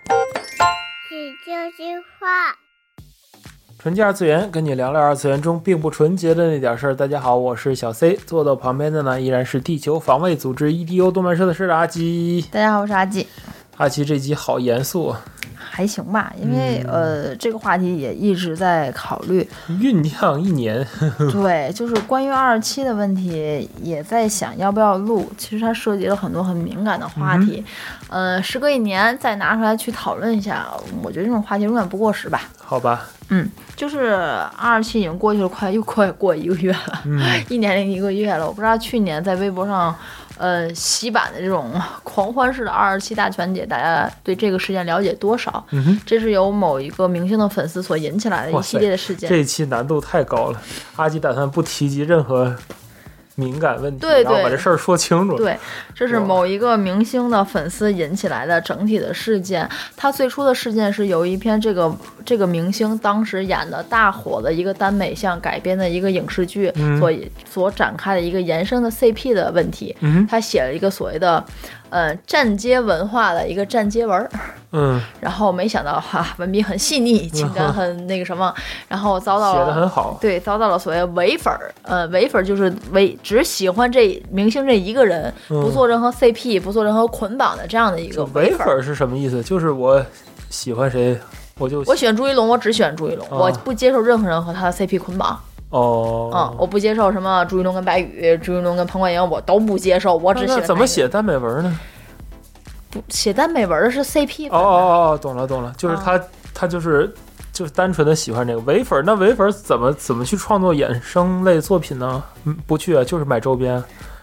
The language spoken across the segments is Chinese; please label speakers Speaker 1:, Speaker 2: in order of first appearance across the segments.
Speaker 1: 喜剧之话，
Speaker 2: 纯洁二次元，跟你聊聊二次元中并不纯洁的那点事儿。大家好，我是小 C，坐到旁边的呢依然是地球防卫组织 EDO 动漫社的社长阿基。
Speaker 3: 大家好，我是阿纪，
Speaker 2: 阿基这集好严肃啊，
Speaker 3: 还行吧，因为、呃，这个话题也一直在考虑，
Speaker 2: 酝酿一年，
Speaker 3: 对，就是关于二十七的问题，也在想要不要录。其实它涉及了很多很敏感的话题，呃，时隔一年再拿出来去讨论一下，我觉得这种话题永远不过时吧。
Speaker 2: 好吧？
Speaker 3: 嗯，就是二十七已经过去了，快又快过一个月了，
Speaker 2: 嗯
Speaker 3: 一年零一个月了。我不知道去年在微博上，呃，洗版的这种 狂欢式的二十七大全节，大家对这个事件了解多少？
Speaker 2: 嗯哼，
Speaker 3: 这是由某一个明星的粉丝所引起来的
Speaker 2: 哇
Speaker 3: 一
Speaker 2: 塞
Speaker 3: 系列的事件。
Speaker 2: 这一期难度太高了，阿基打算不提及任何敏感问题，
Speaker 3: 对对
Speaker 2: 然后把这事儿说清楚。，
Speaker 3: 对，这是
Speaker 2: 哇
Speaker 3: 某一个明星的粉丝引起来的整体的事件。他最初的事件是由一篇这个这个明星当时演的大火的一个耽美向改编的一个影视剧
Speaker 2: 嗯
Speaker 3: 所、所展开的一个延伸的 CP 的问题。
Speaker 2: 嗯
Speaker 3: 他写了一个所谓的，呃，站街文化的一个站街文儿，
Speaker 2: 嗯，
Speaker 3: 然后没想到哈、文笔很 细腻，情感很那个什么，然后遭到
Speaker 2: 写的
Speaker 3: 了
Speaker 2: 很好。
Speaker 3: 对，遭到了所谓伪粉儿，呃，伪粉儿就是唯只喜欢这明星这一个人，
Speaker 2: 嗯
Speaker 3: 不做任何 CP，不做任何捆绑的这样的一
Speaker 2: 这
Speaker 3: 个
Speaker 2: 唯
Speaker 3: 粉
Speaker 2: 粉
Speaker 3: 儿。
Speaker 2: 儿是什么意思？就是我喜欢谁，我就
Speaker 3: 我喜欢朱一龙，我只喜欢朱一龙，
Speaker 2: 哦
Speaker 3: 我不接受任何人和他的 CP 捆绑。嗯，
Speaker 2: 哦，
Speaker 3: 我不接受什么朱一龙跟白宇、朱一龙跟彭冠英，我都不接受，我只
Speaker 2: 那
Speaker 3: 喜欢
Speaker 2: 那怎
Speaker 3: 白
Speaker 2: 么
Speaker 3: 宇
Speaker 2: 写耽美文呢？
Speaker 3: 不写耽美文的嗯是 CP
Speaker 2: 哦
Speaker 3: 粉
Speaker 2: 哦
Speaker 3: 啊
Speaker 2: 哦哦，懂了懂了，就是他、他就是就是单纯的喜欢这个唯粉儿。那唯粉儿怎么怎么去创作衍生类作品呢？嗯，不去啊，就是买周边。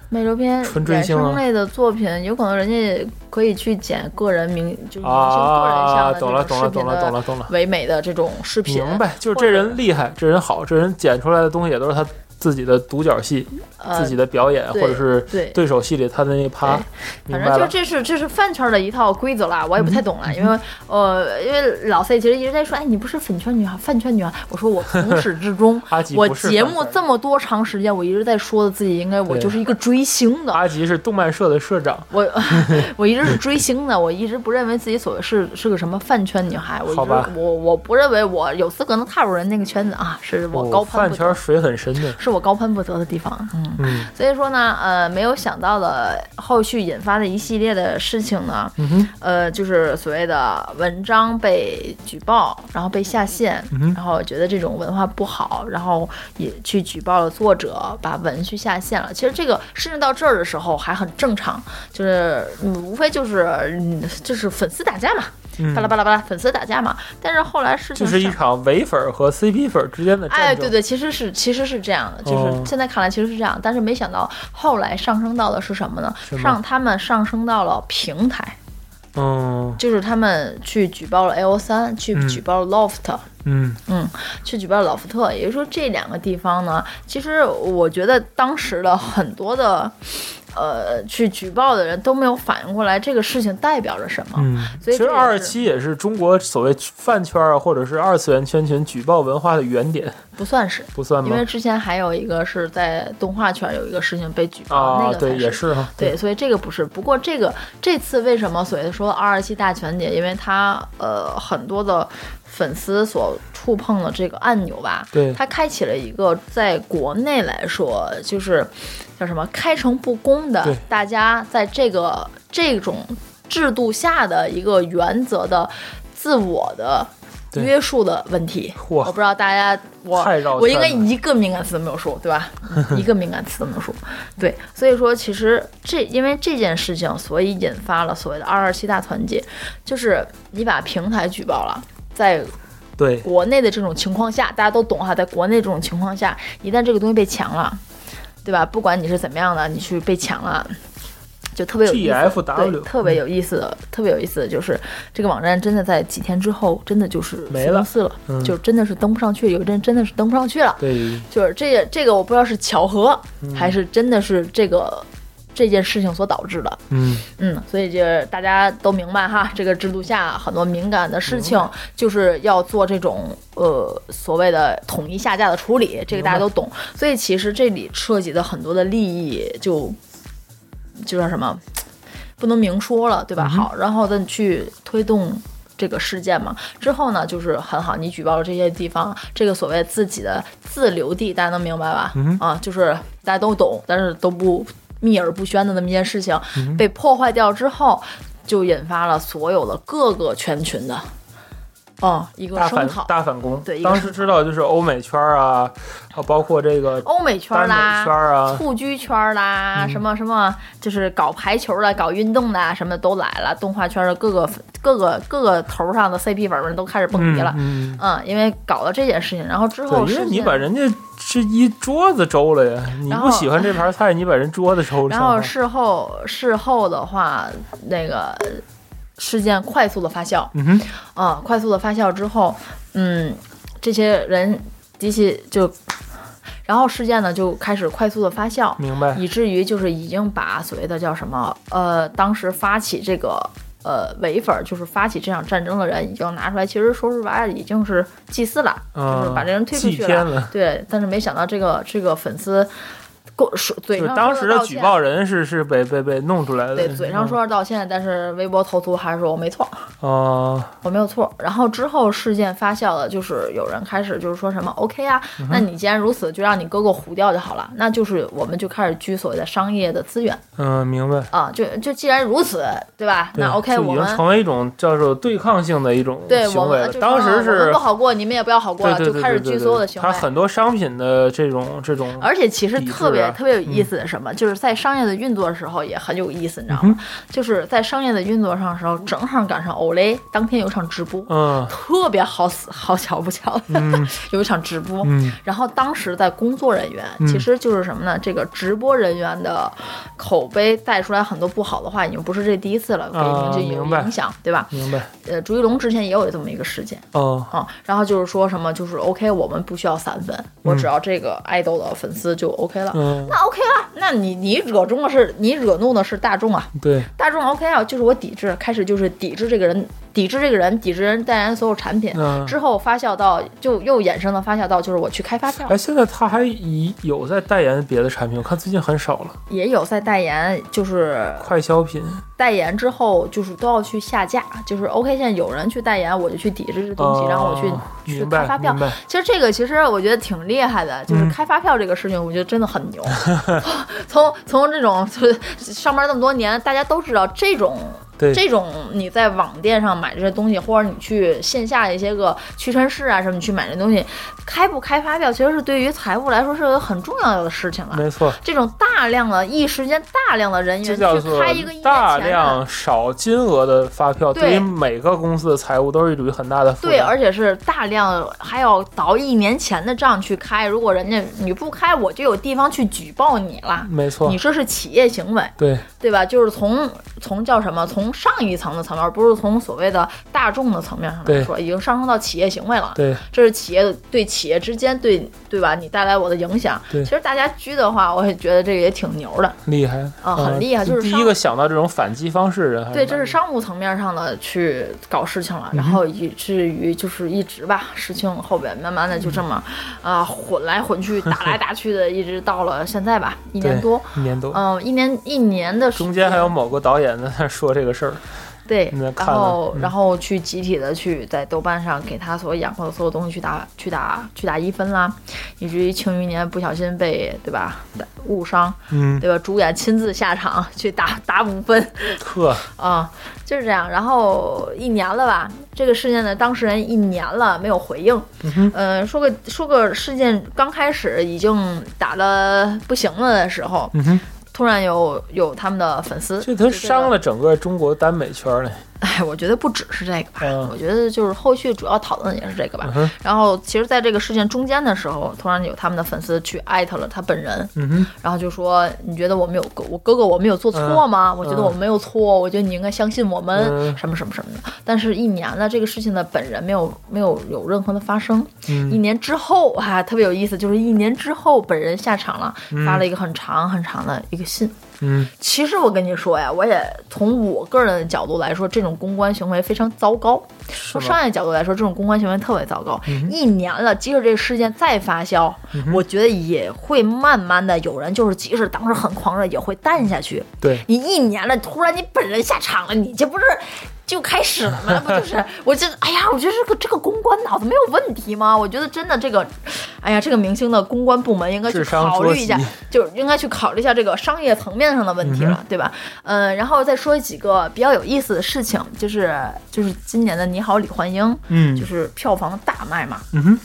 Speaker 3: 美洲片
Speaker 2: 纯追
Speaker 3: 衍
Speaker 2: 星啊
Speaker 3: 生类的作品，有可能人家可以去剪个人名，嗯就是明星个人
Speaker 2: 啊
Speaker 3: 像，的
Speaker 2: 懂了
Speaker 3: 那种
Speaker 2: 懂了
Speaker 3: 视频
Speaker 2: 懂了懂
Speaker 3: 的
Speaker 2: 了懂了，
Speaker 3: 唯美的这种视频，
Speaker 2: 明白，就是这人厉害，这人好，这人剪出来的东西也都是他自己的独角戏、
Speaker 3: 呃
Speaker 2: 自己的表演，或
Speaker 3: 对
Speaker 2: 者是
Speaker 3: 对
Speaker 2: 对手戏里他的那一趴
Speaker 3: 对，
Speaker 2: 明
Speaker 3: 反
Speaker 2: 白
Speaker 3: 正就
Speaker 2: 了。嗯
Speaker 3: 这是这是饭圈的一套规则啦，我也不太懂了，因为呃，因为老 C 其实一直在说，哎，你不是粉圈女孩，饭圈女孩。我说我从始
Speaker 2: ，
Speaker 3: 至终
Speaker 2: 阿吉
Speaker 3: 我
Speaker 2: 不是
Speaker 3: 节
Speaker 2: 饭
Speaker 3: 目
Speaker 2: 圈
Speaker 3: 这么多长时间，我一直在说的自己应该我
Speaker 2: 对
Speaker 3: 就是一个追星的，
Speaker 2: 阿吉是动漫社的社长，
Speaker 3: 我 我一直是追星的，我一直不认为自己所谓是是个什么饭圈女孩，我一
Speaker 2: 好吧
Speaker 3: 直我我不认为我有资格能踏入人那个圈子啊，是我
Speaker 2: 哦
Speaker 3: 高攀
Speaker 2: 饭
Speaker 3: 不
Speaker 2: 圈
Speaker 3: 得，
Speaker 2: 水很深的，
Speaker 3: 是我高攀不得的地方，嗯。
Speaker 2: 嗯
Speaker 3: 所以说呢，呃，没有想到的后续引发的一系列的事情呢，
Speaker 2: 嗯哼
Speaker 3: 呃，就是所谓的文章被举报，然后被下线，
Speaker 2: 嗯哼
Speaker 3: 然后觉得这种文化不好，然后也去举报了作者，把文去下线了。其实这个事情到这儿的时候还很正常，就是、嗯、无非就是、嗯、就是粉丝打架嘛，
Speaker 2: 嗯
Speaker 3: 巴拉巴拉巴拉，粉丝打架嘛。但是后来事情
Speaker 2: 就是一
Speaker 3: 上
Speaker 2: 场唯粉儿和 CP 粉儿之间的战争。
Speaker 3: 哎，对对，其实是其实是这样的，就是
Speaker 2: 哦
Speaker 3: 现在看来其实是这样，但是没想到后来上升到的是什么呢
Speaker 2: 什？么
Speaker 3: 上他们上升到了平台，
Speaker 2: 嗯
Speaker 3: 就是他们去举报了 A O 三，去
Speaker 2: 嗯
Speaker 3: 举报了 Loft，、
Speaker 2: 嗯
Speaker 3: 嗯，去举报老福特，也就是说这两个地方呢，其实我觉得当时的很多的，呃，去举报的人都没有反应过来这个事情代表着什么。
Speaker 2: 嗯，
Speaker 3: 所以
Speaker 2: 其实
Speaker 3: 这也
Speaker 2: 二十
Speaker 3: 是
Speaker 2: 七也是中国所谓饭圈啊，或者是二次元圈群举报文化的原点，
Speaker 3: 不算是，
Speaker 2: 不算
Speaker 3: 因为
Speaker 2: 吗？
Speaker 3: 之前还有一个是在动画圈有一个事情被举报，那
Speaker 2: 啊，
Speaker 3: 个才
Speaker 2: 对，也是哈，
Speaker 3: 对，，所以这个不是。不过这个这次为什么所谓说二十七大全节，因为它呃很多的粉丝所触碰了这个按钮吧，
Speaker 2: 对
Speaker 3: 它开启了一个在国内来说就是叫什么开诚布公的
Speaker 2: 对，
Speaker 3: 大家在这个这种制度下的一个原则的自我的。
Speaker 2: 对
Speaker 3: 约束的问题，
Speaker 2: 哇
Speaker 3: 我不知道大家，我
Speaker 2: 太绕
Speaker 3: 我应该
Speaker 2: 圈了
Speaker 3: 一个敏感词都没有说，对吧？一个敏感词都没有说。对，所以说其实这因为这件事情，所以引发了所谓的二二七大团结，就是你把平台举报了。在
Speaker 2: 对，
Speaker 3: 国内的这种情况下，大家都懂哈，在国内这种情况下，一旦这个东西被抢了，对吧？不管你是怎么样的，你去被抢了，就特别有意思。对，
Speaker 2: TFW
Speaker 3: 特别有意思的，特别有意思的就是这个网站真的在几天之后，真的就是
Speaker 2: 没了
Speaker 3: 四了，
Speaker 2: 嗯
Speaker 3: 就真的是登不上去，有一阵真的是登不上去了。
Speaker 2: 对，
Speaker 3: 就是这个这个我不知道是巧合、
Speaker 2: 嗯
Speaker 3: 还是真的是这个这件事情所导致的。
Speaker 2: 嗯，
Speaker 3: 嗯，所以这大家都明白哈， 这个制度下很多敏感的事情就是要做这种呃所谓的统一下架的处理，这个大家都懂。所以其实这里涉及的很多的利益就就叫什么？不能明说了，对吧？
Speaker 2: 嗯哼
Speaker 3: 好，然后呢去推动。这个事件嘛，之后呢，就是很好，你举报了这些地方，这个所谓自己的自留地，大家能明白吧？
Speaker 2: 嗯
Speaker 3: 啊，就是大家都懂，但是都不秘而不宣的那么一件事情，
Speaker 2: 嗯
Speaker 3: 被破坏掉之后，就引发了所有的各个圈群的，嗯，一个
Speaker 2: 大
Speaker 3: 声
Speaker 2: 反
Speaker 3: 讨。
Speaker 2: 大反攻。
Speaker 3: 对一个
Speaker 2: 当
Speaker 3: 声
Speaker 2: 时知道就是欧美圈啊，啊，包括这个
Speaker 3: 欧美圈
Speaker 2: 耽美
Speaker 3: 啦，
Speaker 2: 圈啊，嗯
Speaker 3: 蹴鞠圈啦，什么什么，就是搞排球的、搞运动的啊什么的都来了。动画圈的各个各个各个头上的 CP 粉们都开始蹦迪了。
Speaker 2: 嗯，嗯
Speaker 3: 嗯，因为搞了这件事情，然后之后
Speaker 2: 对，因为
Speaker 3: 事
Speaker 2: 你
Speaker 3: 件
Speaker 2: 把人家这一桌子周了呀，你
Speaker 3: 然
Speaker 2: 不
Speaker 3: 后
Speaker 2: 喜欢这盘菜，你把人桌子周了。
Speaker 3: 然后事后事后的话，那个事件快速的发酵，
Speaker 2: 嗯哼，
Speaker 3: 啊，快速的发酵之后，嗯，这些人及其就，然后事件呢就开始快速的发酵，
Speaker 2: 明 白。
Speaker 3: 以至于就是已经把所谓的叫什么呃，当时发起这个呃伪粉儿，就是发起这场战争的人，已经拿出来。其实说实白了，已经是祭祀了，
Speaker 2: 嗯
Speaker 3: 就是把这人推出
Speaker 2: 祭
Speaker 3: 去
Speaker 2: 天了。
Speaker 3: 对，但是没想到这个这个粉丝，过说嘴
Speaker 2: 就
Speaker 3: 上
Speaker 2: 是
Speaker 3: 说
Speaker 2: 当时
Speaker 3: 着
Speaker 2: 的
Speaker 3: 道
Speaker 2: 举
Speaker 3: 歉
Speaker 2: 报人是是被被被弄出来的，嗯
Speaker 3: 对，嘴上说着道歉，但是微博头图还是说我没错，
Speaker 2: 哦，
Speaker 3: 我没有错。然后之后事件发酵了，就是有人开始就是说什么 OK 啊，
Speaker 2: 嗯
Speaker 3: 那你既然如此，就让你哥哥糊掉就好了。那就是我们就开始掬所谓的商业的资源
Speaker 2: 嗯，明白。
Speaker 3: 啊，就就既然如此，对吧？
Speaker 2: 对
Speaker 3: 那 OK，
Speaker 2: 就
Speaker 3: 我
Speaker 2: 已经
Speaker 3: 们
Speaker 2: 成为一种叫做对抗性的一种
Speaker 3: 对我
Speaker 2: 行为
Speaker 3: 们啊
Speaker 2: 了。
Speaker 3: 就
Speaker 2: 当
Speaker 3: 说
Speaker 2: 时
Speaker 3: 我们
Speaker 2: 是
Speaker 3: 不好过，你们也不要好过
Speaker 2: 对
Speaker 3: 了，
Speaker 2: 对对
Speaker 3: 就
Speaker 2: 对
Speaker 3: 开始
Speaker 2: 对
Speaker 3: 掬
Speaker 2: 对
Speaker 3: 所有的行为
Speaker 2: 它。很多商品的这种这种，
Speaker 3: 而且其实
Speaker 2: 抵制
Speaker 3: 特别、
Speaker 2: 啊
Speaker 3: 特别有意思的是什么，就是在商业的运作的时候也很有意思，你知道
Speaker 2: 嗯
Speaker 3: 吗？就是在商业的运作上的时候，正好赶上 Olay 当天有一场直播，
Speaker 2: 嗯
Speaker 3: 特别好死好巧不巧，
Speaker 2: 嗯
Speaker 3: 有一场直播。
Speaker 2: 嗯，
Speaker 3: 然后当时在工作人员，
Speaker 2: 嗯
Speaker 3: 其实就是什么呢？这个直播人员的口碑带出来很多不好的话，已经不是这第一次了，给
Speaker 2: 啊
Speaker 3: 你就有
Speaker 2: 明白
Speaker 3: 影响，对吧？
Speaker 2: 明白。
Speaker 3: 呃，朱一龙之前也有这么一个事件，
Speaker 2: 哦，
Speaker 3: 啊、然后就是说什么，就是 OK，我们不需要散粉，我只要这个爱豆的粉丝就 OK 了。
Speaker 2: 嗯，
Speaker 3: 那 OK 了，那你你惹中的是你惹怒的是大众啊，
Speaker 2: 对，
Speaker 3: 大众 OK 啊，就是我抵制，开始就是抵制这个人，抵制这个人，抵制人代言所有产品，
Speaker 2: 嗯。
Speaker 3: 之后发酵到就又衍生的发酵到就是我去开发票，
Speaker 2: 哎，现在他还以有在代言别的产品，我看最近很少了。
Speaker 3: 也有在代言，就是
Speaker 2: 快消品，
Speaker 3: 代言之后就是都要去下架，就是 OK，现在有人去代言，我就去抵制这东西，
Speaker 2: 哦
Speaker 3: 然后我去去
Speaker 2: 明
Speaker 3: 开
Speaker 2: 白
Speaker 3: 发票
Speaker 2: 明白。
Speaker 3: 其实这个其实我觉得挺厉害的，就是
Speaker 2: 嗯
Speaker 3: 开发票这个事情，我觉得真的很 牛。从从这种就是上班那么多年，大家都知道这种。
Speaker 2: 对
Speaker 3: 这种你在网店上买这些东西，或者你去线下一些个屈臣氏啊什么，你去买这东西，开不开发票，其实是对于财务来说是个很重要的事情了。
Speaker 2: 没错，
Speaker 3: 这种大量的一时间大量的人员
Speaker 2: 这叫
Speaker 3: 去
Speaker 2: 做
Speaker 3: 开一个一元钱
Speaker 2: 大
Speaker 3: 的
Speaker 2: 量少金额的发票，
Speaker 3: 啊对
Speaker 2: 对于每个公司的财务都是一笔很大的负担。
Speaker 3: 对，而且是大量还要倒一年前的账去开，如果人家你不开，我就有地方去举报你了。
Speaker 2: 没错
Speaker 3: 你，这是企业行为，
Speaker 2: 对，
Speaker 3: 对吧？就是从从叫什么，从上一层的层面，不是从所谓的大众的层面上来
Speaker 2: 对
Speaker 3: 说，已经上升到企业行为了。
Speaker 2: 对，
Speaker 3: 这是企业对企业之间对对吧？你带来我的影响。
Speaker 2: 对
Speaker 3: 其实大家居的话，我也觉得这个也挺牛的。
Speaker 2: 厉害呃
Speaker 3: 啊很厉害就是
Speaker 2: 第
Speaker 3: 上
Speaker 2: 一个想到这种反击方式的人还蛮，
Speaker 3: 对，这是商务层面上的去搞事情了，然
Speaker 2: 嗯
Speaker 3: 后以至于就是一直吧，事情后边慢慢的就这么，啊、混来混去，打来打去的，一直到了现在吧，一年
Speaker 2: 对
Speaker 3: 多，
Speaker 2: 一年多，
Speaker 3: 嗯、一年一年的时
Speaker 2: 中间还
Speaker 3: 间
Speaker 2: 有某个导演在那说这个事儿，
Speaker 3: 对
Speaker 2: 你在，看
Speaker 3: 然
Speaker 2: 了
Speaker 3: 后、
Speaker 2: 嗯
Speaker 3: 然后去集体的去在豆瓣上给他所养活的所有东西去打去打去打一分啦，以至于庆余年不小心被对吧误伤，
Speaker 2: 嗯，
Speaker 3: 对吧？主演亲自下场去打打五分，
Speaker 2: 特
Speaker 3: 啊、就是这样。然后一年了吧，这个事件的当事人一年了没有回应。
Speaker 2: 嗯哼
Speaker 3: 呃，说个说个事件刚开始已经打的不行了的时候，
Speaker 2: 嗯哼，
Speaker 3: 突然有有他们的粉丝，
Speaker 2: 这都伤。了整个中国耽美圈嘞，
Speaker 3: 哎，我觉得不只是这个吧，
Speaker 2: 嗯
Speaker 3: 我觉得就是后续主要讨论也是这个吧。
Speaker 2: 嗯哼，
Speaker 3: 然后，其实，在这个事件中间的时候，突然有他们的粉丝去艾特了他本人，
Speaker 2: 嗯哼，
Speaker 3: 然后就说：“你觉得我们有我哥哥我们有
Speaker 2: 嗯
Speaker 3: 做错吗？我觉得我没有错，我觉得你应该相信我们、
Speaker 2: 嗯
Speaker 3: 什么什么什么的。”但是，一年了，这个事情的本人没有没有有任何的发生。一
Speaker 2: 嗯，
Speaker 3: 年之后啊，特别有意思，就是一年之后本人下场了，
Speaker 2: 嗯
Speaker 3: 发了一个很长很长的一个信，
Speaker 2: 嗯
Speaker 3: 其实我跟你说呀，我也从我个人的角度来说，这种公关行为非常糟糕。从
Speaker 2: 吗
Speaker 3: 商业角度来说，这种公关行为特别糟糕。一年了，即使这个事件再发酵，我觉得也会慢慢的有人就是，即使当时很狂热，也会淡下去。
Speaker 2: 对，
Speaker 3: 你一年了，突然你本人下场了，你这不是就开始了 吗？不就是？我这，哎呀，我觉得这个这个公关脑子没有问题吗？我觉得真的这个，哎呀，这个明星的公关部门应该去
Speaker 2: 智商
Speaker 3: 考
Speaker 2: 捉
Speaker 3: 虑一下
Speaker 2: 急，
Speaker 3: 就是应该去考虑一下这个商业层面上的问题了，对吧？嗯，然后再说几个比较有意思的事情，就是就是今年的《你好，李焕英》，
Speaker 2: 嗯
Speaker 3: 就是票房大卖嘛，
Speaker 2: 嗯哼，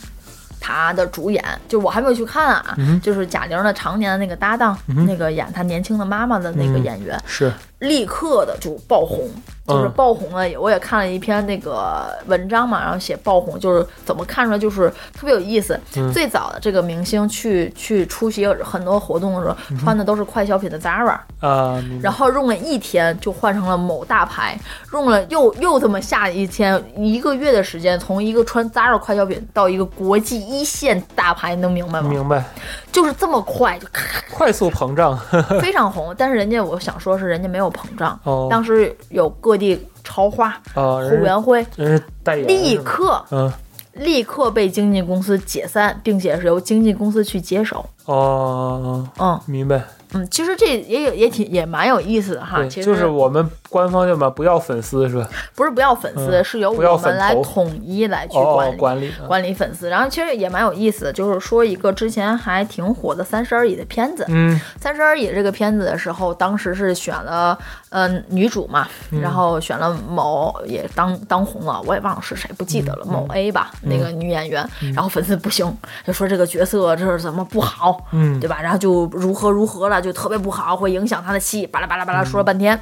Speaker 3: 他的主演，就我还没有去看啊，
Speaker 2: 嗯哼嗯
Speaker 3: 就是贾玲的常年的那个搭档，
Speaker 2: 哼嗯
Speaker 3: 那个演她年轻的妈妈的那个演员，
Speaker 2: 是，
Speaker 3: 立刻的就爆红，就是
Speaker 2: 嗯
Speaker 3: 爆红了。我也看了一篇那个文章嘛，然后写爆红，就是怎么看出来，就是特别有意思。
Speaker 2: 嗯
Speaker 3: 最早的这个明星去去出席很多活动的时候，穿的都是快消品的 Zara，、
Speaker 2: 啊，明白
Speaker 3: 然后用了一天就换成了某大牌，用了又又这么下一天一个月的时间，从一个穿 Zara 快消品到一个国际一线大牌，你能明白吗？
Speaker 2: 明白，
Speaker 3: 就是这么快，就咔
Speaker 2: 快速膨胀，
Speaker 3: 非常红。但是人家我想说是人家没有膨胀，
Speaker 2: 哦
Speaker 3: 当时有各地潮花、
Speaker 2: 啊，
Speaker 3: 后
Speaker 2: 人
Speaker 3: 援会，
Speaker 2: 是人是代言，
Speaker 3: 立
Speaker 2: 是吗
Speaker 3: 刻
Speaker 2: 嗯，
Speaker 3: 立刻被经纪公司解散，并且是由经纪公司去接手。
Speaker 2: 哦，
Speaker 3: 嗯
Speaker 2: 明白，
Speaker 3: 嗯，其实这也有也挺也蛮有意思的哈。
Speaker 2: 对，
Speaker 3: 啊其实
Speaker 2: 就是我们官方叫什么？不要粉丝是吧？
Speaker 3: 不是不要粉丝，
Speaker 2: 嗯
Speaker 3: 是由
Speaker 2: 不要
Speaker 3: 我
Speaker 2: 粉
Speaker 3: 们来
Speaker 2: 头
Speaker 3: 统一来去
Speaker 2: 哦
Speaker 3: 管理、，
Speaker 2: 管理，
Speaker 3: 管理粉丝。然后其实也蛮有意思的，就是说一个之前还挺火的《三十而已》的片子，
Speaker 2: 嗯
Speaker 3: 三十而已》这个片子的时候，当时是选了呃女主嘛，
Speaker 2: 嗯
Speaker 3: 然后选了某也当当红了，我也忘了是谁，不记得了，
Speaker 2: 嗯
Speaker 3: 某 A 吧，那个女演员。然后粉丝不行，就说这个角色这是怎么不好，
Speaker 2: 嗯
Speaker 3: 对吧？然后就如何如何了，就特别不好，会影响她的戏，巴拉巴拉
Speaker 2: 嗯
Speaker 3: 巴拉说了半天。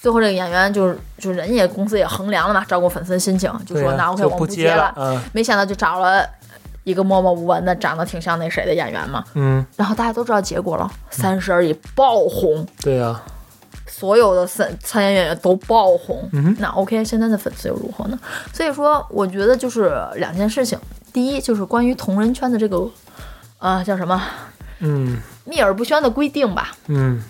Speaker 3: 最后这个演员就是就人也公司也衡量了嘛，照顾粉丝心情，就
Speaker 2: 对
Speaker 3: 说
Speaker 2: 呀
Speaker 3: 那 OK
Speaker 2: 就
Speaker 3: 我们
Speaker 2: 不接
Speaker 3: 接
Speaker 2: 了嗯
Speaker 3: 没想到就找了一个默默无闻的，长得挺像那谁的演员嘛。
Speaker 2: 嗯，
Speaker 3: 然后大家都知道结果了，《三十而已》爆红，
Speaker 2: 对呀，
Speaker 3: 所有的参参演演员都爆红。
Speaker 2: 嗯
Speaker 3: 那 OK，现在的粉丝又如何呢？所以说，我觉得就是两件事情，第一就是关于同人圈的这个，呃，叫什么
Speaker 2: 嗯
Speaker 3: 秘而不宣的规定吧。
Speaker 2: 嗯，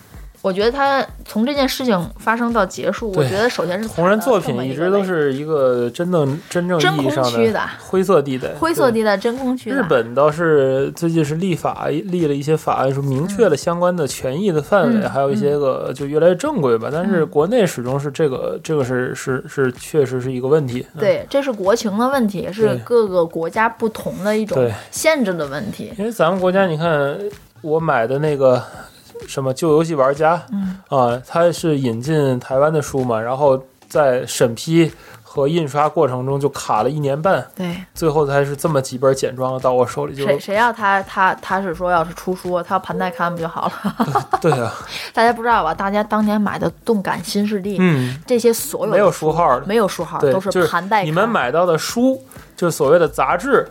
Speaker 3: 我觉得他从这件事情发生到结束，我
Speaker 2: 对
Speaker 3: 觉得首先是
Speaker 2: 同人作
Speaker 3: 踩了这
Speaker 2: 品
Speaker 3: 么
Speaker 2: 一
Speaker 3: 一
Speaker 2: 直
Speaker 3: 个
Speaker 2: 都
Speaker 3: 位
Speaker 2: 是一个真正真正
Speaker 3: 真
Speaker 2: 意义
Speaker 3: 空
Speaker 2: 上
Speaker 3: 区的
Speaker 2: 的灰色地带，
Speaker 3: 灰色
Speaker 2: 对。
Speaker 3: 地带真空区的啊
Speaker 2: 日本倒是最近是立法立了一些法案，说明确了相关的权益的范围，
Speaker 3: 嗯
Speaker 2: 还有一些个就越来越正规吧。但是国内始终是这个，这个是是是确实是一个问题。嗯，
Speaker 3: 对，这是国情的问题，也是
Speaker 2: 对
Speaker 3: 各个国家不同的一种
Speaker 2: 对
Speaker 3: 限制的问题。
Speaker 2: 因为咱们国家，你看我买的那个 什么《旧游戏玩家》
Speaker 3: 嗯
Speaker 2: 啊，它是引进台湾的书嘛，然后在审批和印刷过程中就卡了一年半，
Speaker 3: 对，
Speaker 2: 最后才是这么几本简装到我手里就。
Speaker 3: 谁谁要他他他是说要是出书，他要盘带看不就好了？
Speaker 2: 对啊，
Speaker 3: 大家不知道吧？大家当年买的《动感新势力》
Speaker 2: 嗯，
Speaker 3: 这些所有
Speaker 2: 没有
Speaker 3: 的
Speaker 2: 书号的。
Speaker 3: 没有书号，
Speaker 2: 对，
Speaker 3: 都
Speaker 2: 就是
Speaker 3: 盘带看，
Speaker 2: 你们买到的书，就是所谓的杂志，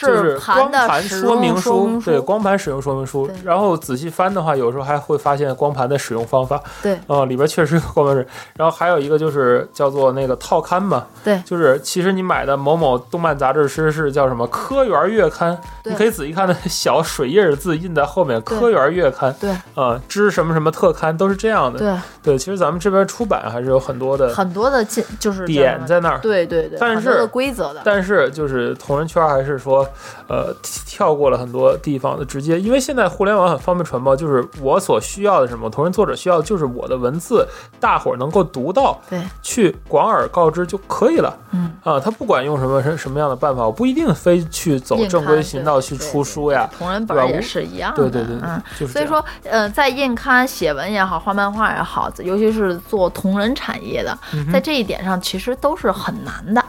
Speaker 2: 就是
Speaker 3: 是
Speaker 2: 光
Speaker 3: 盘的
Speaker 2: 盘
Speaker 3: 使
Speaker 2: 说
Speaker 3: 用
Speaker 2: 明
Speaker 3: 说明
Speaker 2: 对，光盘使用说明书
Speaker 3: 对。
Speaker 2: 然后仔细翻的话，有时候还会发现光盘的使用方法。
Speaker 3: 对
Speaker 2: 哦，里边确实有光盘使。然后还有一个就是叫做那个套刊嘛，
Speaker 3: 对
Speaker 2: 就是其实你买的某某动漫杂志其实是叫什么科园月刊，
Speaker 3: 对
Speaker 2: 你可以仔细看那小水印儿字印在后面，
Speaker 3: 对
Speaker 2: 科园月刊。
Speaker 3: 对
Speaker 2: 啊、知什么什么特刊都是这样的。
Speaker 3: 对，
Speaker 2: 对，其实咱们这边出版还是有很多的
Speaker 3: 很多的进就是叫什
Speaker 2: 点
Speaker 3: 么
Speaker 2: 在那儿。
Speaker 3: 对对对，
Speaker 2: 但
Speaker 3: 很多
Speaker 2: 是
Speaker 3: 的规则的，
Speaker 2: 但是就是同人圈还是说，呃，跳过了很多地方的，直接因为现在互联网很方便传播，就是我所需要的是什么，同人作者需要的就是我的文字，大伙儿能够读到，
Speaker 3: 对
Speaker 2: 去广而告之就可以了。
Speaker 3: 嗯
Speaker 2: 啊，他不管用什么什什么样的办法，我不一定非去走
Speaker 3: 硬
Speaker 2: 正
Speaker 3: 刊
Speaker 2: 规
Speaker 3: 对
Speaker 2: 渠道去
Speaker 3: 对
Speaker 2: 出
Speaker 3: 对
Speaker 2: 书呀。
Speaker 3: 同人本
Speaker 2: 对
Speaker 3: 儿
Speaker 2: 吧
Speaker 3: 也
Speaker 2: 无
Speaker 3: 是一样
Speaker 2: 对对
Speaker 3: 的，
Speaker 2: 对，
Speaker 3: 嗯。
Speaker 2: 就是
Speaker 3: 所以
Speaker 2: 这样
Speaker 3: 说，呃，在印刊、写文也好，画漫画也好，尤其是做同人产业的，在这一点上其实都是很难的。
Speaker 2: 嗯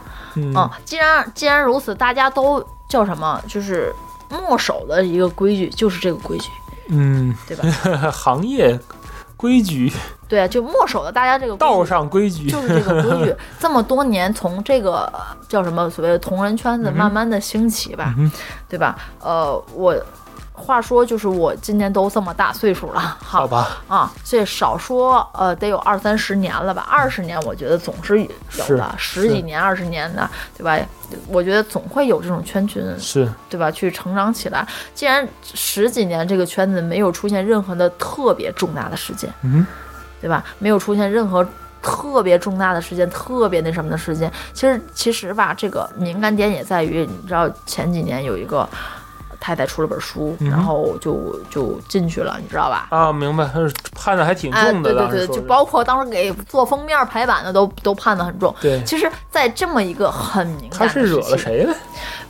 Speaker 3: 嗯，既然既然如此，大家都叫什么？就是墨守的一个规矩，就是这个规矩，
Speaker 2: 嗯，
Speaker 3: 对吧？
Speaker 2: 行业规矩，
Speaker 3: 对啊，就墨守的大家这个规矩
Speaker 2: 道上规矩，
Speaker 3: 就是这个规 矩。这么多年，从这个呃
Speaker 2: 嗯
Speaker 3: 叫什么所谓的同人圈子慢慢的兴起吧，对吧？呃，我话说就是我今年都这么大岁数了，
Speaker 2: 好
Speaker 3: 好
Speaker 2: 吧，
Speaker 3: 啊，这少说呃得有二三十年了吧，二十年我觉得总是有的，
Speaker 2: 是
Speaker 3: 十几年、二十年的，对吧？我觉得总会有这种圈群，
Speaker 2: 是
Speaker 3: 对吧？去成长起来。既然十几年这个圈子没有出现任何的特别重大的事件，
Speaker 2: 嗯，
Speaker 3: 对吧？没有出现任何特别重大的事件，特别那什么的事件。其实其实吧，这个敏感点也在于，你知道前几年有一个。太太出了本书，
Speaker 2: 嗯哼
Speaker 3: 然后就就进去了，你知道吧？
Speaker 2: 啊，明白，他是判的还挺
Speaker 3: 哎，
Speaker 2: 重的，
Speaker 3: 对对
Speaker 2: 当时
Speaker 3: 对，
Speaker 2: 说
Speaker 3: 就是包括当时给做封面排版的都都判得很重。
Speaker 2: 对，
Speaker 3: 其实，在这么一个很敏感
Speaker 2: 他
Speaker 3: 的
Speaker 2: 是惹
Speaker 3: 时期
Speaker 2: 了谁了？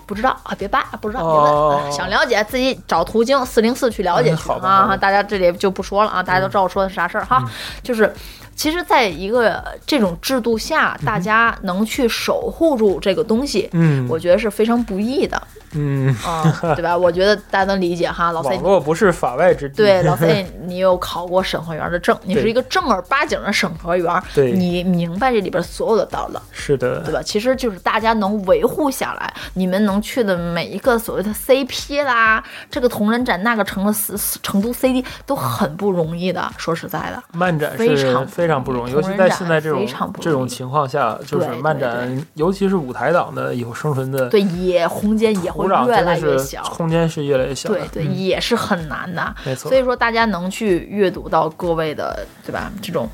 Speaker 3: 不知道啊，别扒，不知道，别问。
Speaker 2: 哦
Speaker 3: 啊想了解自己找途径四零四去了解
Speaker 2: 嗯
Speaker 3: 去、
Speaker 2: 好吧好
Speaker 3: 啊！
Speaker 2: 吧嗯
Speaker 3: 哈大家这里就不说了啊，大家都知道我说的是啥事儿哈。就是，其实，在一个呃这种制度下，大家能去守护住这个东西，
Speaker 2: 嗯
Speaker 3: 我觉得是非常不易 的
Speaker 2: 嗯，
Speaker 3: 啊、对吧？我觉得大家能理解哈， 老 C
Speaker 2: 网。络不是法外 之地，
Speaker 3: 对，老 C，你有考过审核员的证，你
Speaker 2: 对
Speaker 3: 是一个正儿八经的审核员，
Speaker 2: 对
Speaker 3: 你明白这里边所有的道理了。
Speaker 2: 是的，
Speaker 3: 对吧？其实就是大家能维护下来，你们能去的每一个所谓的 CP 啦，这个同人展那个成了四成都 CD 都很不容易的。说实在的，
Speaker 2: 漫展
Speaker 3: 非
Speaker 2: 是
Speaker 3: 常
Speaker 2: 非常不容易，尤
Speaker 3: 同
Speaker 2: 其
Speaker 3: 人
Speaker 2: 在
Speaker 3: 展
Speaker 2: 现在这种
Speaker 3: 非常不容易
Speaker 2: 这种情况下，就是
Speaker 3: 对
Speaker 2: 漫
Speaker 3: 对
Speaker 2: 展，尤其是舞台党的以后生存的
Speaker 3: 对，也空间也
Speaker 2: 土
Speaker 3: 会
Speaker 2: 壤
Speaker 3: 越
Speaker 2: 真
Speaker 3: 来
Speaker 2: 的是
Speaker 3: 越小。
Speaker 2: 空间是越来越小的，
Speaker 3: 对对，
Speaker 2: 嗯
Speaker 3: 也是很难的。
Speaker 2: 没错
Speaker 3: 所以说，大家能去阅读到各位的，对吧？这种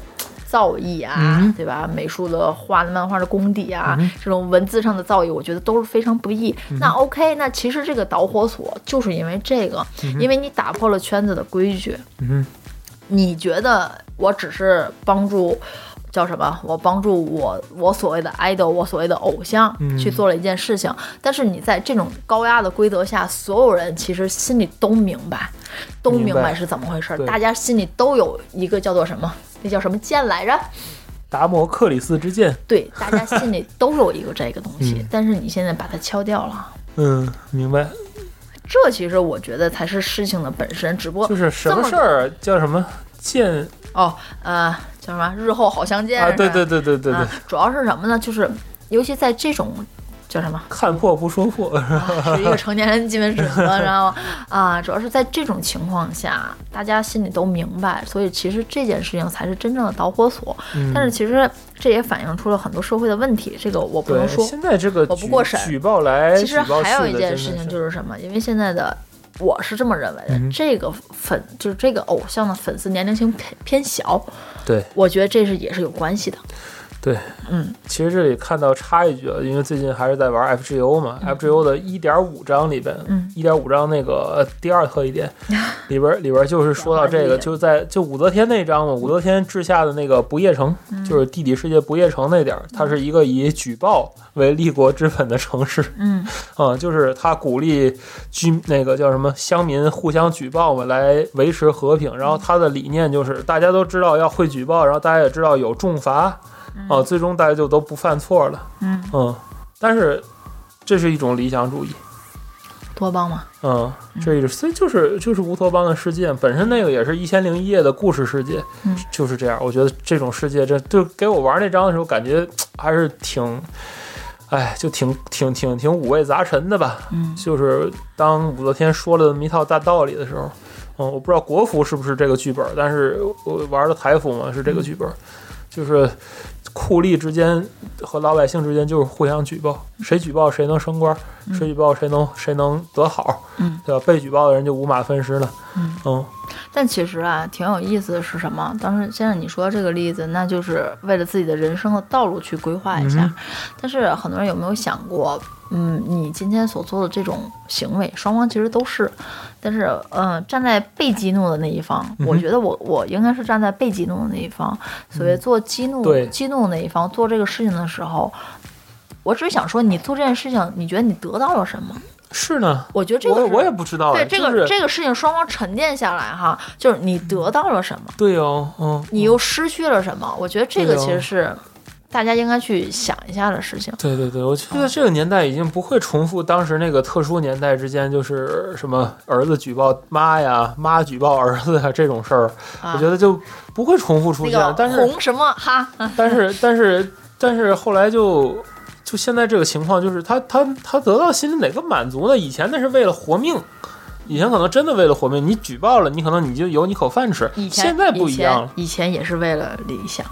Speaker 3: 造诣啊，对吧？美术的、画的、漫画的功底啊，这种文字上的造诣，我觉得都是非常不易。那 OK，那其实这个导火索就是因为这个，因为你打破了圈子的规矩。
Speaker 2: 嗯，
Speaker 3: 你觉得我只是帮助叫什么？我帮助我我所谓的 idol，我所谓的偶像
Speaker 2: 嗯
Speaker 3: 去做了一件事情，但是你在这种高压的规则下，所有人其实心里都明白，都
Speaker 2: 明
Speaker 3: 明
Speaker 2: 白
Speaker 3: 白是怎么回事儿，
Speaker 2: 对
Speaker 3: 大家心里都有一个叫做什么？那叫什么剑来着？
Speaker 2: 达摩克里斯之剑，
Speaker 3: 对，大家心里都有一个这个东西，
Speaker 2: 嗯
Speaker 3: 但是你现在把它敲掉了，
Speaker 2: 嗯，明白，
Speaker 3: 哦这其实我觉得才是事情的本身。只不过
Speaker 2: 就是什么
Speaker 3: 这
Speaker 2: 事儿叫什么剑
Speaker 3: 哦，呃，叫什么？日后好相见
Speaker 2: 啊？
Speaker 3: 是吧。
Speaker 2: 对对对对对对，
Speaker 3: 啊，，主要是什么呢？就是尤其在这种叫什么
Speaker 2: 看破不说破，
Speaker 3: 是一个成年人基本准则，然后啊，主要是在这种情况下，大家心里都明白，所以其实这件事情才是真正的导火索。
Speaker 2: 嗯
Speaker 3: 但是其实这也反映出了很多社会的问题，这个我不
Speaker 2: 对
Speaker 3: 能，说。
Speaker 2: 现在这个
Speaker 3: 我不
Speaker 2: 举
Speaker 3: 过审
Speaker 2: 举报来，
Speaker 3: 其实
Speaker 2: 举报
Speaker 3: 还有
Speaker 2: 去
Speaker 3: 一
Speaker 2: 的
Speaker 3: 件
Speaker 2: 真
Speaker 3: 事
Speaker 2: 的
Speaker 3: 情
Speaker 2: 是
Speaker 3: 就是什么？因为现在的我是这么认为的，
Speaker 2: 嗯
Speaker 3: 这个粉就是这个偶像的粉丝年龄层偏偏小，
Speaker 2: 对
Speaker 3: 我觉得这是也是有关系的。
Speaker 2: 对，
Speaker 3: 嗯，
Speaker 2: 其实这里看到插一句啊，因为最近还是在玩 FGO 嘛、f g o 的一点五章里边，
Speaker 3: 嗯
Speaker 2: 一点五章那个呃第二特异 点里边里边就是说到这
Speaker 3: 两
Speaker 2: 个，
Speaker 3: 个
Speaker 2: 就在就武则天那章嘛，武则天治下的那个不夜城，
Speaker 3: 嗯
Speaker 2: 就是地底世界不夜城那点儿，它是一个以举报为立国之本的城市，
Speaker 3: 嗯，
Speaker 2: 啊、就是他鼓励居那个叫什么乡民互相举报嘛，来维持和平。然后他的理念就是大家都知道要会举报，然后大家也知道有重罚，啊、最终大家就都不犯错了。
Speaker 3: 嗯
Speaker 2: 但是这是一种理想主义，
Speaker 3: 多帮忙。
Speaker 2: 嗯，这一种所以就是就是乌托邦的世界本身那个也是一千零一夜的故事世界，
Speaker 3: 嗯
Speaker 2: 就是这样。我觉得这种世界这就给我玩那章的时候感觉还是挺，哎，就挺挺挺挺五味杂陈的吧。
Speaker 3: 嗯
Speaker 2: 就是当武则天说了那么一套大道理的时候，嗯，我不知道国服是不是这个剧本，但是我玩的台服嘛是这个剧本，就是酷吏之间和老百姓之间就是互相举报，谁举报谁能升官，谁举报谁能谁能得好，
Speaker 3: 嗯，
Speaker 2: 对吧？被举报的人就五马分尸了，
Speaker 3: 嗯
Speaker 2: 嗯，
Speaker 3: 但其实啊，挺有意思的是什么？当时现在你说这个例子，那就是为了自己的人生的道路去规划一下。
Speaker 2: 嗯
Speaker 3: 但是很多人有没有想过，嗯，你今天所做的这种行为，双方其实都是，但是，嗯、站在被激怒的那一方，
Speaker 2: 嗯哼
Speaker 3: 我觉得我我应该是站在被激怒的那一方。所谓做激怒、
Speaker 2: 对
Speaker 3: 激怒那一方做这个事情的时候，我只是想说，你做这件事情，你觉得你得到了什么？
Speaker 2: 是呢，
Speaker 3: 我觉得这个
Speaker 2: 我
Speaker 3: 是
Speaker 2: 我也不知道哎，
Speaker 3: 对这个、
Speaker 2: 就是嗯
Speaker 3: 这个事情，双方沉淀下来哈，就是你得到了什么，
Speaker 2: 对哦，嗯，
Speaker 3: 你又失去了什么？我觉得这个
Speaker 2: 对哦
Speaker 3: 其实是大家应该去想一下的事情。
Speaker 2: 对对对，我觉
Speaker 3: 啊
Speaker 2: 得这个年代已经不会重复当时那个特殊年代之间，就是什么儿子举报妈呀，妈举报儿子呀这种事儿，
Speaker 3: 啊、
Speaker 2: 我觉得就不会重复出
Speaker 3: 那
Speaker 2: 现。
Speaker 3: 个
Speaker 2: 但是
Speaker 3: 红什么哈，
Speaker 2: 但是但是但是后来就就现在这个情况，就是他他他得到心里哪个满足呢？以前那是为了活命，以前可能真的为了活命，你举报了，你可能你就有你口饭吃。
Speaker 3: 以前
Speaker 2: 现在不一样了，嗯
Speaker 3: 以前以前也是为了理想，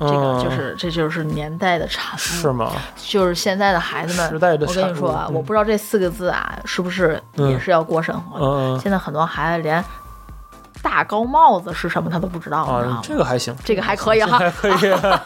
Speaker 2: 这
Speaker 3: 这个就是嗯这就是年代的产物。
Speaker 2: 是吗？
Speaker 3: 就是现在的孩子们，
Speaker 2: 时代的
Speaker 3: 我跟
Speaker 2: 产
Speaker 3: 你说啊，
Speaker 2: 物嗯
Speaker 3: 我不知道这四个字啊，是不是也是要过生活的？
Speaker 2: 嗯嗯
Speaker 3: 现在很多孩子连大高帽子是什么他都不知道，你知道
Speaker 2: 啊
Speaker 3: 吗，？
Speaker 2: 这个还行，
Speaker 3: 这个还可以哈
Speaker 2: 还可以，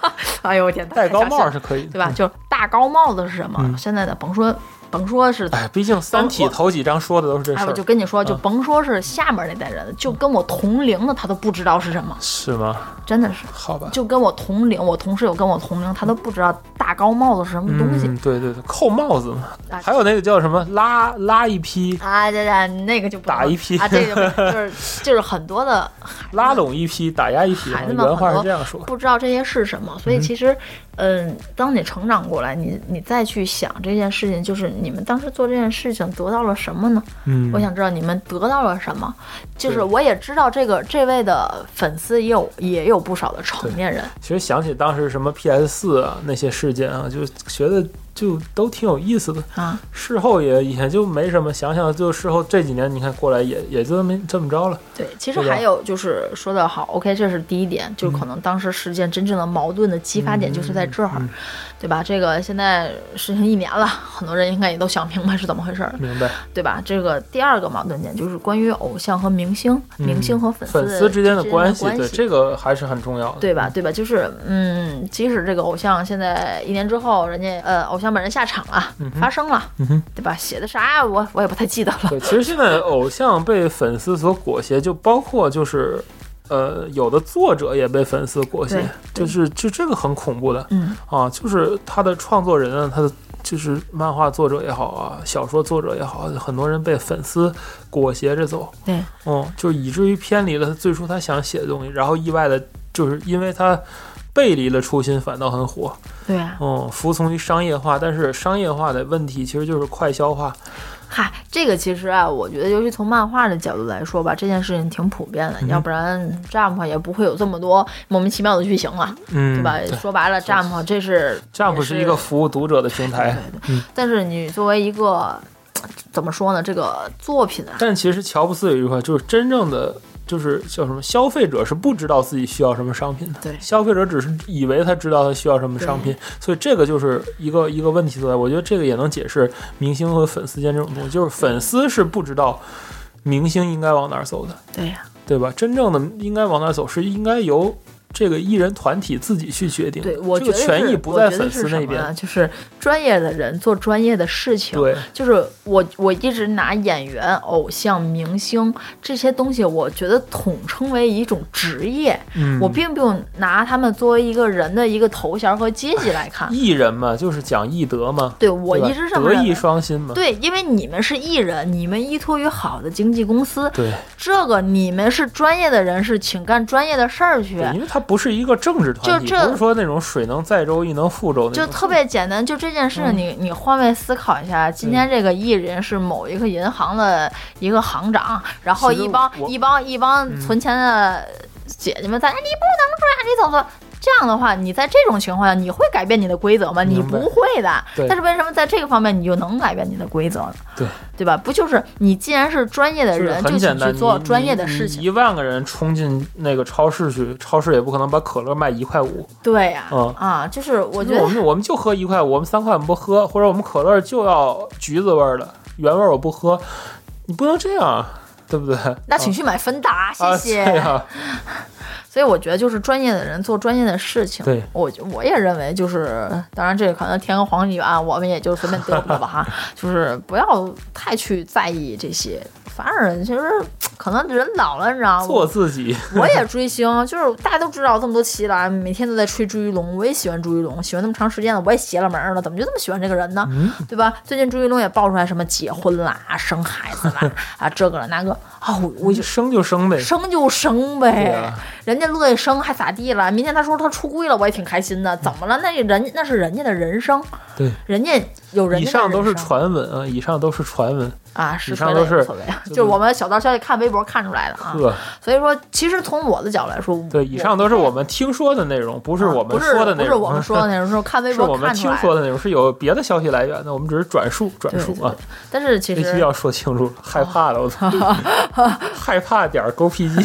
Speaker 3: 哎呦我天，
Speaker 2: 戴高帽
Speaker 3: 是，
Speaker 2: 是可以的，
Speaker 3: 对吧？就是大高帽子是什么？
Speaker 2: 嗯
Speaker 3: 现在的甭说甭说是。
Speaker 2: 哎，毕竟《三体
Speaker 3: 哦我》
Speaker 2: 头几章说的都是这
Speaker 3: 哎，
Speaker 2: 事
Speaker 3: 我就
Speaker 2: 儿，
Speaker 3: 跟你说，就
Speaker 2: 嗯
Speaker 3: 甭说是下面那代人，就跟我同龄的，他都不知道是什么，
Speaker 2: 是吗？
Speaker 3: 真的是，
Speaker 2: 好吧，
Speaker 3: 就跟我同龄，我同事有跟我同龄，他都不知道大高帽子是什么东西
Speaker 2: 嗯，对对对，扣帽子嘛，
Speaker 3: 啊
Speaker 2: 嗯还有那个叫什么拉拉一批、
Speaker 3: 啊，对对，那个就不能
Speaker 2: 打一批
Speaker 3: 啊，这个就不就是就是很多的
Speaker 2: 拉拢一批、打压一批，啊
Speaker 3: 孩子们
Speaker 2: 原话是
Speaker 3: 很多
Speaker 2: 这样说。
Speaker 3: 不知道这些是什么，所以其实，嗯，当你成长过来，你你再去想这件事情，就是你们当时做这件事情得到了什么呢？
Speaker 2: 嗯，
Speaker 3: 我想知道你们得到了什么。就是
Speaker 2: 对
Speaker 3: 我也知道这个这位的粉丝也有也有不少的成年人，
Speaker 2: 其实想起当时什么 PS 四啊那些事件啊，就觉得就都挺有意思的。
Speaker 3: 啊，
Speaker 2: 事后也以前就没什么，想想就事后这几年你看过来也也就这么这么着了。
Speaker 3: 对，嗯其实
Speaker 2: 对吧
Speaker 3: 还有就是说的好，OK，这是第一点，就是可能当时事件真正的矛盾的激发点就是在这儿，
Speaker 2: 嗯嗯
Speaker 3: 对吧？这个现在事情一年了，很多人应该也都想明白是怎么回事了，
Speaker 2: 明白，
Speaker 3: 对吧？这个第二个矛盾点就是关于偶像和明星、
Speaker 2: 嗯
Speaker 3: 明星和粉丝
Speaker 2: 粉丝之间的
Speaker 3: 关
Speaker 2: 关系，对这个还是很重要的。
Speaker 3: 对吧？对吧？就是，嗯，即使这个偶像现在一年之后，人家呃，偶像本人下场了，
Speaker 2: 嗯哼
Speaker 3: 发生了，
Speaker 2: 嗯哼，
Speaker 3: 对吧？写的啥我我也不太记得了。
Speaker 2: 对，其实现在偶像被粉丝所裹挟，就包括就是，呃，有的作者也被粉丝裹挟
Speaker 3: 对，
Speaker 2: 就
Speaker 3: 对
Speaker 2: 是就这个很恐怖的
Speaker 3: 嗯，
Speaker 2: 啊，就是他的创作人啊，他的就是漫画作者也好啊，小说作者也好，啊很多人被粉丝裹挟着走，
Speaker 3: 对，
Speaker 2: 嗯，就是以至于偏离了他最初他想写的东西，然后意外的，就是因为他。背离了初心，反倒很火。
Speaker 3: 对啊。
Speaker 2: 嗯，服从于商业化，但是商业化的问题其实就是快消化。
Speaker 3: 嗨，这个其实啊，我觉得，尤其从漫画的角度来说吧，这件事情挺普遍
Speaker 2: 嗯
Speaker 3: 的，要不然 Jump 也不会有这么多莫名其妙的剧情了，
Speaker 2: 嗯，
Speaker 3: 对吧？说白了，Jump 这是
Speaker 2: 占卜
Speaker 3: 也
Speaker 2: 是一个服务读者的平台，嗯
Speaker 3: 但是你作为一个怎么说呢，这个作品啊，
Speaker 2: 但其实乔布斯有一句话，就是真正的就是叫什么，消费者是不知道自己需要什么商品的，
Speaker 3: 对
Speaker 2: 消费者只是以为他知道他需要什么商品，所以这个就是一个一个问题所在。我觉得这个也能解释明星和粉丝间这种东西，就是粉丝是不知道明星应该往哪儿走的，
Speaker 3: 对呀、
Speaker 2: 对吧？真正的应该往哪儿走是应该由。这个艺人团体自己去决定，
Speaker 3: 对我
Speaker 2: 这
Speaker 3: 觉
Speaker 2: 个
Speaker 3: 得是
Speaker 2: 权益不
Speaker 3: 我
Speaker 2: 在
Speaker 3: 觉得
Speaker 2: 粉
Speaker 3: 是
Speaker 2: 丝
Speaker 3: 什
Speaker 2: 那
Speaker 3: 么啊呢
Speaker 2: 边。
Speaker 3: 就是专业的人做专业的事情。
Speaker 2: 对，
Speaker 3: 就是我我一直拿演员、偶像、明星这些东西，我觉得统称为一种职业，
Speaker 2: 嗯，
Speaker 3: 我并不用拿他们作为一个人的一个头衔和阶级来看。
Speaker 2: 艺人嘛，就是讲义德嘛，
Speaker 3: 对我
Speaker 2: 哎对吧
Speaker 3: 一直这么
Speaker 2: 德
Speaker 3: 认
Speaker 2: 艺
Speaker 3: 为。
Speaker 2: 双馨嘛。
Speaker 3: 对，因为你们是艺人，你们依托于好的经纪公司，
Speaker 2: 对
Speaker 3: 这个你们是专业的人士，请干专业的事儿去。
Speaker 2: 对，因为它不是一个政治团体，
Speaker 3: 就这
Speaker 2: 不是说那种水能载舟亦能覆舟那
Speaker 3: 就
Speaker 2: 种。
Speaker 3: 特别简单，就这件事
Speaker 2: 嗯
Speaker 3: 你，你换位思考一下，今天这个艺人是某一个银行的一个行长，然后
Speaker 2: 其实
Speaker 3: 一帮
Speaker 2: 我嗯
Speaker 3: 一帮一帮存钱的姐姐们在，哎你不能这样，你怎么这样的话，你在这种情况下，你会改变你的规则吗？你
Speaker 2: 明白
Speaker 3: 不会的。
Speaker 2: 对
Speaker 3: 但是为什么在这个方面你就能改变你的规则呢？
Speaker 2: 对，
Speaker 3: 对吧？不就是你既然是专业的
Speaker 2: 就是
Speaker 3: 人，
Speaker 2: 很
Speaker 3: 就
Speaker 2: 简
Speaker 3: 请
Speaker 2: 单，
Speaker 3: 去做
Speaker 2: 你
Speaker 3: 专业的
Speaker 2: 你
Speaker 3: 事
Speaker 2: 你
Speaker 3: 情。
Speaker 2: 一万个人冲进那个超市去，超市也不可能把可乐卖一块五。
Speaker 3: 对呀、啊
Speaker 2: 嗯，
Speaker 3: 就是我觉
Speaker 2: 就是
Speaker 3: 得
Speaker 2: 我们我们就喝一块，我们三块我们不喝，或者我们可乐就要橘子味儿的，原味儿我不喝。你不能这样，啊对不对？
Speaker 3: 那请去买芬达，
Speaker 2: 啊，
Speaker 3: 谢 谢。
Speaker 2: 啊对呀
Speaker 3: 所以我觉得就是专业的人做专业的事情。
Speaker 2: 对
Speaker 3: 我我也认为就是，当然这个可能天和黄历啊，我们也就随便嘚啵 吧哈，就是不要太去在意这些。反而其实可能人老了，你知道吗？
Speaker 2: 做自己。
Speaker 3: 啊我也追星，就是大家都知道这么多期了，每天都在吹朱一龙，我也喜欢朱一龙，喜欢那么长时间了，我也邪了门儿了，怎么就这么喜欢这个人呢？
Speaker 2: 嗯
Speaker 3: 对吧？最近朱一龙也爆出来什么结婚啦、生孩子 啦啊，这个了那个啊，我我
Speaker 2: 我
Speaker 3: 就
Speaker 2: 就生就生呗，
Speaker 3: 生就生
Speaker 2: 对啊
Speaker 3: 呗，
Speaker 2: 呀
Speaker 3: 人家乐意生还咋地了？明天他说他出柜了，我也挺开心的。怎么了？那人那是人家的人生，
Speaker 2: 嗯对，
Speaker 3: 人家有人
Speaker 2: 以
Speaker 3: 家的
Speaker 2: 上
Speaker 3: 人生
Speaker 2: 都是传闻啊，以上都是传闻。
Speaker 3: 啊，是
Speaker 2: 以上
Speaker 3: 谁的
Speaker 2: 都
Speaker 3: 也
Speaker 2: 是
Speaker 3: 无所谓，
Speaker 2: 就
Speaker 3: 就是我们小道消息看微博看出来的啊。
Speaker 2: 呵，
Speaker 3: 所以说，其实从我的角度来说，
Speaker 2: 对，以上都是我们听说的内容，不是我们说的
Speaker 3: 啊不
Speaker 2: 内容，啊
Speaker 3: 是我们说的内 容，是看微
Speaker 2: 是我
Speaker 3: 博
Speaker 2: 们
Speaker 3: 看出
Speaker 2: 听
Speaker 3: 来
Speaker 2: 说的内容，是有别的消息来源的，我们只是转述转
Speaker 3: 对
Speaker 2: 述
Speaker 3: 对
Speaker 2: 啊
Speaker 3: 对。但是其
Speaker 2: 这期
Speaker 3: 实
Speaker 2: 要说清楚，害怕了，我 操，害怕点儿狗屁鸡，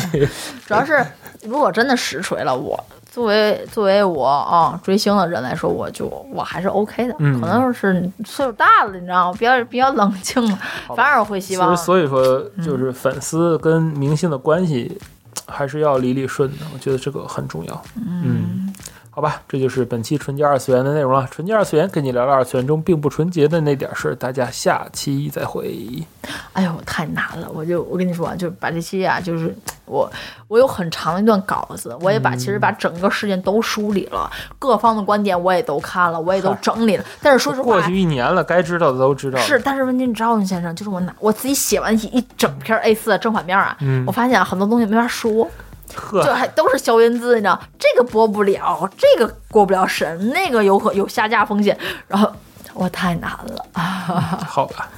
Speaker 3: 主要是，如果真的实锤了我。作为作为我啊追星的人来说，我就我还是 OK 的，
Speaker 2: 嗯
Speaker 3: 可能是岁数大了，你知道吗？比较比较冷静了，
Speaker 2: 好吧
Speaker 3: 反而会
Speaker 2: 其
Speaker 3: 希
Speaker 2: 实
Speaker 3: 望嗯
Speaker 2: 所以说，就是粉丝跟明星的关系还是要理理顺的，我觉得这个很重要。嗯，好吧，这就是本期纯洁二次元的内容了。纯洁二次元跟你聊聊二次元中并不纯洁的那点事儿，大家下期再会。
Speaker 3: 哎呦，太难了！我就我跟你说啊，就把这些啊，就是我我有很长的一段稿子，我也把、其实把
Speaker 2: 嗯
Speaker 3: 整个事件都梳理了，各方的观点我也都看了，我也都
Speaker 2: 嗨
Speaker 3: 整理了。但是说实
Speaker 2: 过
Speaker 3: 话，
Speaker 2: 去一年了，该知道的都知道了。
Speaker 3: 是，但是问题你知道吗，先生，就是我拿我自己写完一一整篇 A 4的正反面啊，
Speaker 2: 嗯
Speaker 3: 我发现很多东西没法说，就
Speaker 2: 呵，
Speaker 3: 还都是消音字，你知道，这个播不了，这个过不了审，那个有可有下架风险，然后我太难了。
Speaker 2: 好吧。